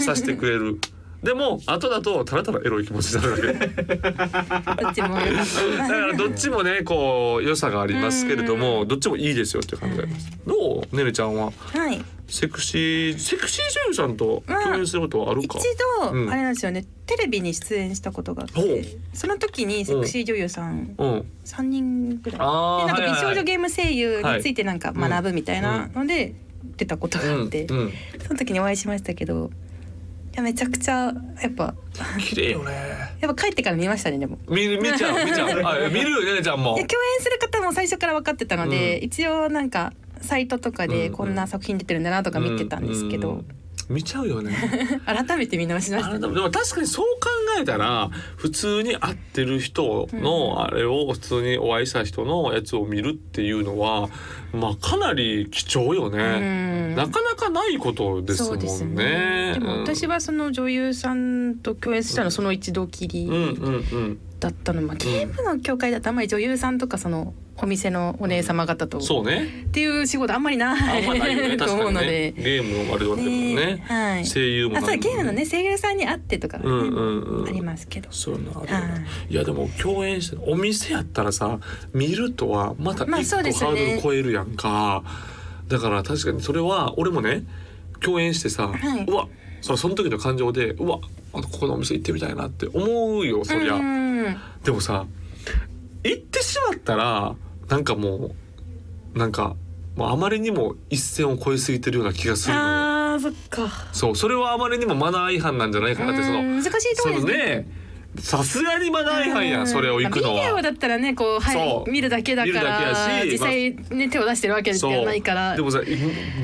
[SPEAKER 2] させてくれる。でも後だとただただエロい気持ちになるだけ。
[SPEAKER 1] どっ ちもよかっ
[SPEAKER 2] だからどっちもねこう良さがありますけれどもどっちもいいですよっていう感じでどうねねちゃんは
[SPEAKER 1] たはい
[SPEAKER 2] セクシーセクシー女優さんと共演することはある
[SPEAKER 1] 一
[SPEAKER 2] か、
[SPEAKER 1] 度、
[SPEAKER 2] うん
[SPEAKER 1] あれなんですよねテレビに出演したことがあっ
[SPEAKER 2] ほう
[SPEAKER 1] てその時にセクシー女優さん
[SPEAKER 2] うん、
[SPEAKER 1] 3人ぐらいで
[SPEAKER 2] あー
[SPEAKER 1] なんか
[SPEAKER 2] はいは
[SPEAKER 1] 美
[SPEAKER 2] い
[SPEAKER 1] 少女ゲーム声優についてなんか
[SPEAKER 2] はい
[SPEAKER 1] 学ぶみたいなので出たことがあって、
[SPEAKER 2] うんうん、
[SPEAKER 1] その時にお会いしましたけどいやめちゃくちゃやっぱ
[SPEAKER 2] 綺麗よね
[SPEAKER 1] やっぱ帰ってから見ましたねでも。
[SPEAKER 2] 見る見ちゃう見ちゃうあ見るよねねちゃんも
[SPEAKER 1] いや共演する方も最初から分かってたので、
[SPEAKER 2] う
[SPEAKER 1] 一応なんかサイトとか
[SPEAKER 2] う
[SPEAKER 1] で
[SPEAKER 2] ん
[SPEAKER 1] こんな作品出てるんだなとか見てたんですけど、
[SPEAKER 2] うう見ちゃうよね
[SPEAKER 1] 改めて見直しまし
[SPEAKER 2] あ
[SPEAKER 1] た
[SPEAKER 2] れで
[SPEAKER 1] ね。
[SPEAKER 2] もでも確かにそう考えたら普通に会ってる人のあれを普通にお会いした人のやつを見るっていうのはまあかなり貴重よね、
[SPEAKER 1] うん
[SPEAKER 2] なかなかないことですもんね。
[SPEAKER 1] でも私
[SPEAKER 2] は、
[SPEAKER 1] はその女優さんと共演したのはその一度き
[SPEAKER 2] うん、うん
[SPEAKER 1] り
[SPEAKER 2] うん
[SPEAKER 1] だったの、まあ、ゲームの協会だとあんまり女優さんとかそのお店のお姉様方と
[SPEAKER 2] うん。
[SPEAKER 1] っ
[SPEAKER 2] そうね。
[SPEAKER 1] ていう仕事あんまりな
[SPEAKER 2] あんまないよね。
[SPEAKER 1] い と
[SPEAKER 2] 確
[SPEAKER 1] 思
[SPEAKER 2] か
[SPEAKER 1] う
[SPEAKER 2] に
[SPEAKER 1] の
[SPEAKER 2] ね。
[SPEAKER 1] で。
[SPEAKER 2] ゲームのあれだったもん
[SPEAKER 1] ね
[SPEAKER 2] ね。
[SPEAKER 1] はい、
[SPEAKER 2] 声優もな
[SPEAKER 1] あ
[SPEAKER 2] ん
[SPEAKER 1] そ
[SPEAKER 2] か
[SPEAKER 1] うゲームのね声優さんに会ってとか、ね
[SPEAKER 2] うんうんうん。
[SPEAKER 1] ありますけど
[SPEAKER 2] そういうのあるよ
[SPEAKER 1] はい
[SPEAKER 2] ね。いやでも共演してお店やったらさ見るとはまた一個
[SPEAKER 1] まあそうです
[SPEAKER 2] ハ
[SPEAKER 1] よ
[SPEAKER 2] ー
[SPEAKER 1] ね
[SPEAKER 2] ドル超えるやんか。だから確かにそれは俺もね共演してさ、
[SPEAKER 1] はいう
[SPEAKER 2] わそその時の感情でうわあとここのお店行ってみたいなって思うよそりゃ。
[SPEAKER 1] うん
[SPEAKER 2] でもさ行ってしまったらなんかもうなんかもうあまりにも一線を越えすぎてるような気がするのよ
[SPEAKER 1] あーそっか
[SPEAKER 2] そうそれはあまりにもマナー違反なんじゃないかなってその
[SPEAKER 1] うん難しいとこ
[SPEAKER 2] そ
[SPEAKER 1] ろで
[SPEAKER 2] の
[SPEAKER 1] すね
[SPEAKER 2] ねさすがにマナー違反や
[SPEAKER 1] うん
[SPEAKER 2] それを行くの
[SPEAKER 1] ビデオ
[SPEAKER 2] は。
[SPEAKER 1] だったらねこう、は
[SPEAKER 2] そ
[SPEAKER 1] い、
[SPEAKER 2] う
[SPEAKER 1] 見るだけだか
[SPEAKER 2] 見るだけ
[SPEAKER 1] ら
[SPEAKER 2] やし
[SPEAKER 1] 実際ね手を出してるわけじゃ
[SPEAKER 2] そう
[SPEAKER 1] ないから
[SPEAKER 2] でもさ、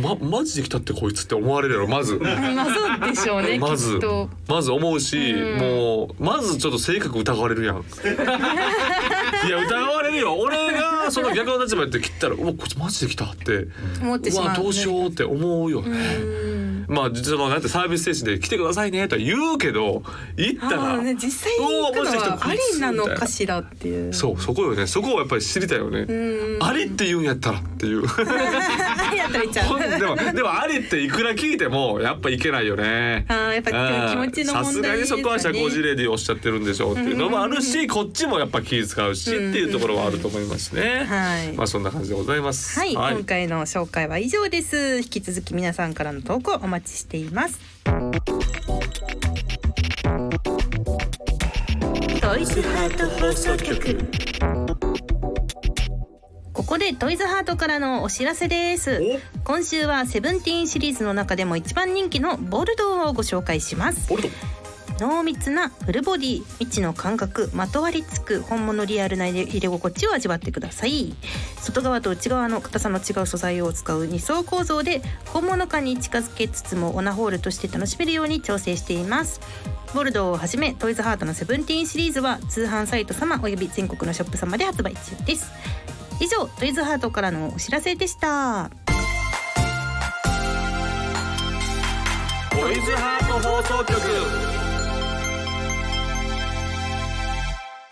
[SPEAKER 2] ま、マジで来たってこいつって思われるやろまず
[SPEAKER 1] まあそうでしょうね、
[SPEAKER 2] ま
[SPEAKER 1] きっ
[SPEAKER 2] ず
[SPEAKER 1] と。
[SPEAKER 2] まず思うし、
[SPEAKER 1] うん
[SPEAKER 2] もうまずちょっと性格疑われ るやんいや疑われるよ俺がその逆の立場やって切ったら「うわこいつマジで来た」って
[SPEAKER 1] 思ってしまう
[SPEAKER 2] わどうしようって思うよね。
[SPEAKER 1] うん
[SPEAKER 2] まあ実はなんてサービス精神で来てくださいねとは言うけど行った
[SPEAKER 1] あ
[SPEAKER 2] ら、
[SPEAKER 1] あね実際に行くのはありなのかしらっていう。
[SPEAKER 2] そうそこよねそこをやっぱり知りたいよね。
[SPEAKER 1] うん。
[SPEAKER 2] ありって言うんやったらっていう
[SPEAKER 1] あ りだったら言っちゃ
[SPEAKER 2] ほんで
[SPEAKER 1] う。
[SPEAKER 2] もでもありっていくら聞いてもやっぱいけないよね。
[SPEAKER 1] ああやっぱ気
[SPEAKER 2] う
[SPEAKER 1] 持
[SPEAKER 2] ん
[SPEAKER 1] ちの
[SPEAKER 2] さ
[SPEAKER 1] 問題
[SPEAKER 2] すがにそこは社交辞令でおっしゃってるんでしょうっていうのもあるしこっちもやっぱ気使うしっていうところはあると思いますね。
[SPEAKER 1] はい
[SPEAKER 2] まあそんな感じでございます。
[SPEAKER 1] はい、今回の紹介は以上です。引き続き皆さんからの投稿お待ちしています。トイズハート放送局。ここでトイズハートからのお知らせです。今週はセブンティーンシリーズの中でも一番人気のボルドーをご紹介します。
[SPEAKER 2] おボルト
[SPEAKER 1] 濃密なフルボディ未知の感覚まとわりつく本物リアルな入れ入れ心地を味わってください外側と内側の硬さの違う素材を使う2層構造で本物感に近づけつつもオナホールとして楽しめるように調整していますボルドーをはじめトイズハートのセブンティーンシリーズは通販サイト様および全国のショップ様で発売中です以上トイズハートからのお知らせでした
[SPEAKER 2] ボイズハート放送局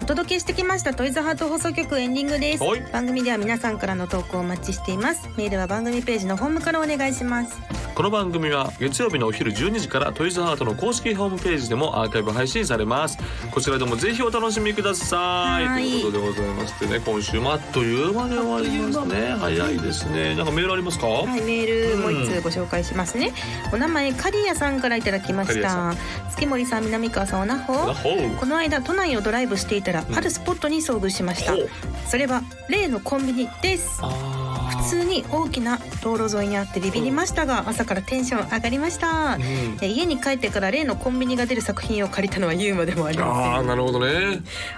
[SPEAKER 1] お届けしてきましたトイズハート放送局エンディングです
[SPEAKER 2] はい
[SPEAKER 1] 番組では皆さんからの投稿をお待ちしていますメールは番組ページのホームからお願いします
[SPEAKER 2] この番組は月曜日のお昼12時からトイズハートの公式ホームページでもアーカイブ配信されますこちらでもぜひお楽しみください
[SPEAKER 1] はーい
[SPEAKER 2] ということでございましてね今週もあっという間で終わりますね早いですねなんかメールありますか、
[SPEAKER 1] はいメールもう一通ご紹介しますね、お名前カリアさんからいただきま
[SPEAKER 2] カ
[SPEAKER 1] し
[SPEAKER 2] リアさ
[SPEAKER 1] た月森さん南川さんおなほ
[SPEAKER 2] なほう
[SPEAKER 1] この間都内をドライブしていたたら
[SPEAKER 2] うん
[SPEAKER 1] あるスポットに遭遇しました、
[SPEAKER 2] ほう
[SPEAKER 1] それは例のコンビニです
[SPEAKER 2] あー
[SPEAKER 1] 普通に大きな道路沿いにあってビビりましたが朝からテンション上がりました
[SPEAKER 2] うん
[SPEAKER 1] え家に帰ってから例のコンビニが出る作品を借りたのはユーモでもあり
[SPEAKER 2] あ
[SPEAKER 1] ま
[SPEAKER 2] ーなるほどね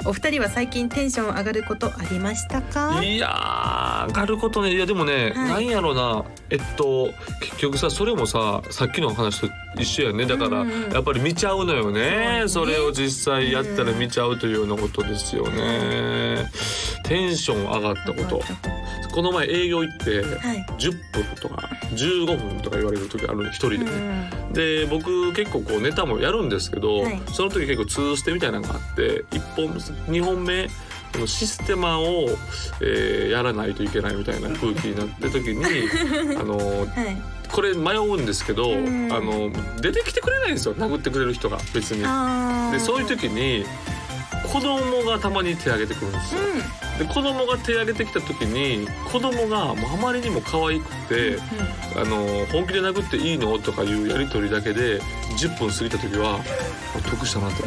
[SPEAKER 1] すお二人は最近テンション上がることありましたか
[SPEAKER 2] いやー上がることねいやでも
[SPEAKER 1] は
[SPEAKER 2] ね、
[SPEAKER 1] い
[SPEAKER 2] なんやろなえっと結局さそれもささっきのお話と一緒やねだから、
[SPEAKER 1] うんうん
[SPEAKER 2] やっぱり見ちゃうのよね
[SPEAKER 1] そ
[SPEAKER 2] そう
[SPEAKER 1] ね
[SPEAKER 2] れを実際やったら見ちゃうというようなことですよね、テンション上がったことこの前営業行って
[SPEAKER 1] はい
[SPEAKER 2] 10分とか15分とか言われる時あるの一人でね、で僕結構こうネタもやるんですけど、
[SPEAKER 1] はい
[SPEAKER 2] その時結構通ステみたいなのがあって1本2本目このシステマを、えーやらないといけないみたいな空気になった時 にあの
[SPEAKER 1] うんはい
[SPEAKER 2] これ迷うんですけど、
[SPEAKER 1] うん
[SPEAKER 2] あの出てきてくれないんですよ殴ってくれる人が別に。
[SPEAKER 1] あー
[SPEAKER 2] でそういう時に子供がたまに手挙げてくるんですよ。
[SPEAKER 1] う
[SPEAKER 2] で子供が手挙げてきた時に子供がもうあまりにも可愛くて。
[SPEAKER 1] んうん
[SPEAKER 2] あの本気で殴っていいのとかいうやり取りだけで10分過ぎた時はあ得したな と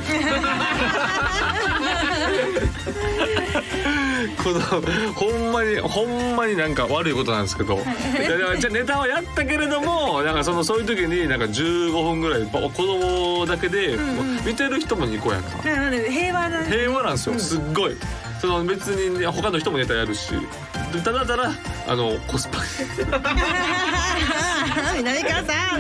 [SPEAKER 2] このほんまにほんまになんか悪いことなんですけどいやいやじゃあネタはやったけれどもなんかそのそういう時になんか15分ぐらいば子供だけで、
[SPEAKER 1] うんうん
[SPEAKER 2] 見てる人もにこやか
[SPEAKER 1] なので平和な
[SPEAKER 2] 平和なんです
[SPEAKER 1] う
[SPEAKER 2] よ
[SPEAKER 1] ん
[SPEAKER 2] すっごいその別にね他の人もネタやるしただただあのコスパ
[SPEAKER 1] 南川さ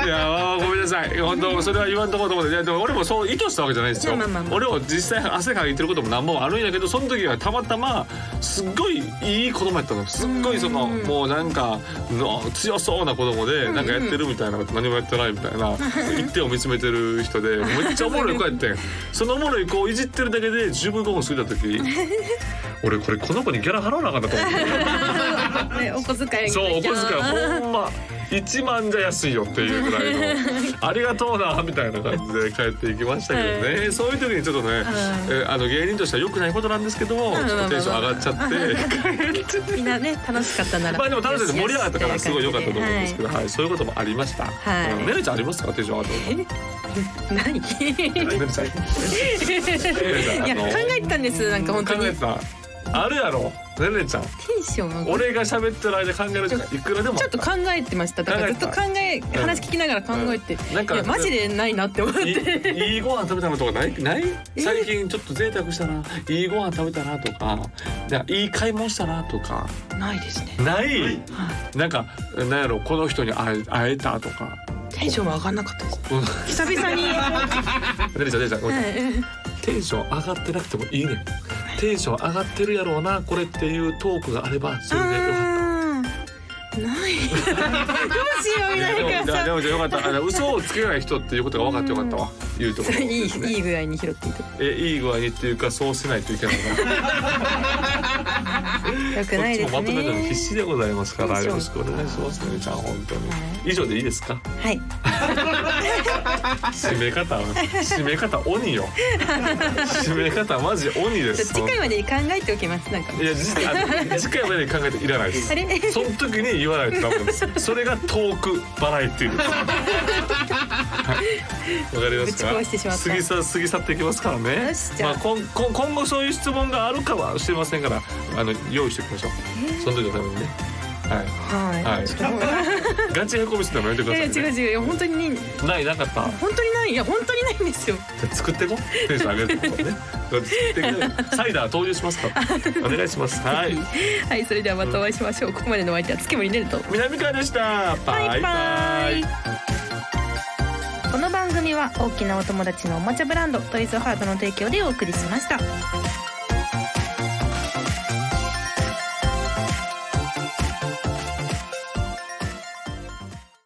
[SPEAKER 1] ん
[SPEAKER 2] いやーごめんなさい本当それは言わんとこうと思っていやでも俺もそう意図したわけじゃないですよ、
[SPEAKER 1] まあまあまあ
[SPEAKER 2] 俺も実際汗かいてることも何もあるんやけどその時はたまたますっごいいい子供やったのすっごいその、
[SPEAKER 1] うん
[SPEAKER 2] もうなんかの強そうな子供で
[SPEAKER 1] ん
[SPEAKER 2] なんかやってるみたいなこと何もやってないみたいな、 一点を見つめてる人でめっちゃおもろい子やってんそのおもろい子をいじってるだけで15分 過ぎた時俺これこの子にギャラ払わなあかんなと思って。
[SPEAKER 1] ねお小遣い
[SPEAKER 2] そうお小遣いほんま1万じゃ安いよっていうぐらい のありがとうなみたいな感じで帰っていきましたけどね、そういう時にちょっとね、えーあの芸人としては良くないことなんですけど、
[SPEAKER 1] ん
[SPEAKER 2] ちょっとテンション上がっちゃって帰って
[SPEAKER 1] みんなね楽しかったなら
[SPEAKER 2] まあでも楽しんで盛り上がったからすごい良かったと思うんですけど、
[SPEAKER 1] は
[SPEAKER 2] はいそういうこともありました。
[SPEAKER 1] はい
[SPEAKER 2] うんねるちゃんありますかテンシ ョン上がったこ
[SPEAKER 1] い 何い
[SPEAKER 2] と。ねるちゃん。ねるちゃんあ
[SPEAKER 1] や
[SPEAKER 2] の
[SPEAKER 1] 考えてたんですなんか本当
[SPEAKER 2] 考
[SPEAKER 1] に
[SPEAKER 2] え
[SPEAKER 1] テ
[SPEAKER 2] てた。あるやろ。ねるちゃん。
[SPEAKER 1] ンション上がる
[SPEAKER 2] 俺が喋ってる間考える時間いくらでもあ
[SPEAKER 3] ちょ
[SPEAKER 2] た
[SPEAKER 3] っと考えてましただからずっと考え
[SPEAKER 2] た
[SPEAKER 3] 話聞きながら考えて、
[SPEAKER 2] なんか
[SPEAKER 3] いやマジでないなって思って
[SPEAKER 2] いいいご飯食べたのとかないない最近ちょっと贅沢したないいご飯食べたなとかなんかいい買い物したなとか
[SPEAKER 3] ないですね
[SPEAKER 2] ないなんかなんやろこの人に会え会えたとか
[SPEAKER 3] テンションは上がんなかったです
[SPEAKER 2] うん
[SPEAKER 1] 久々に
[SPEAKER 2] ねるちゃんねるちゃんごめんなさいテンション上がってなくてもいいねんテンション上がってるやろうなこれっていうトークがあればそれでよかった。
[SPEAKER 1] あーないどうしよう
[SPEAKER 2] いやでも
[SPEAKER 1] 南
[SPEAKER 2] で
[SPEAKER 1] 川さん
[SPEAKER 2] もじゃあよかったあの嘘をつけない人っていうことが分かってよかったわ言うところ
[SPEAKER 3] い
[SPEAKER 2] ですね
[SPEAKER 3] いいい具合に拾っていた
[SPEAKER 2] えいい具合にっていうかそうせないといけないな
[SPEAKER 1] 良くないで
[SPEAKER 2] こ
[SPEAKER 1] す
[SPEAKER 2] っちもまとめたの必
[SPEAKER 1] ね
[SPEAKER 2] 死でございますから
[SPEAKER 1] そうそう
[SPEAKER 2] よろしくお願いしますねちゃん本当に、
[SPEAKER 1] は
[SPEAKER 2] 以上でいいですか
[SPEAKER 1] はい
[SPEAKER 2] 締め方は締め方鬼よ締め方マジ鬼で
[SPEAKER 3] ちょ
[SPEAKER 2] す
[SPEAKER 3] っと次回までに考えておきますなんか
[SPEAKER 2] いや実あの次回までに考えていらないです
[SPEAKER 1] あれ
[SPEAKER 2] その時に言わないとダメなんですそれがトークバラエティーですはいわかりますか
[SPEAKER 3] ぶち壊してしまった
[SPEAKER 2] 過ぎ去過ぎ去っていきますからね
[SPEAKER 1] よしじゃ
[SPEAKER 2] ま
[SPEAKER 1] あ
[SPEAKER 2] あこんこん今後そういう質問があるかはしてませんからあの用意しておきましょうその時のためにねはい
[SPEAKER 1] は
[SPEAKER 2] はいい
[SPEAKER 1] ちょっともう
[SPEAKER 2] ガチへこみするのやめてく
[SPEAKER 3] い
[SPEAKER 2] ださ
[SPEAKER 3] や
[SPEAKER 2] い、
[SPEAKER 3] いや違う
[SPEAKER 2] ね。
[SPEAKER 3] 違ういや本当にね
[SPEAKER 2] ないなかった。
[SPEAKER 3] 本当にないいや本当にないんですよ
[SPEAKER 2] じゃあ作ってこ。テンション上げ るとこね。作ってくれサイダー投入しますから。お願いします。はい。
[SPEAKER 3] はいそれではまたお会いしましょうここまでのお相手は月森ねると
[SPEAKER 2] 南川でした。バイバイ。
[SPEAKER 1] この番組は大きなお友達のおもちゃブランドトイズハートの提供でお送りしました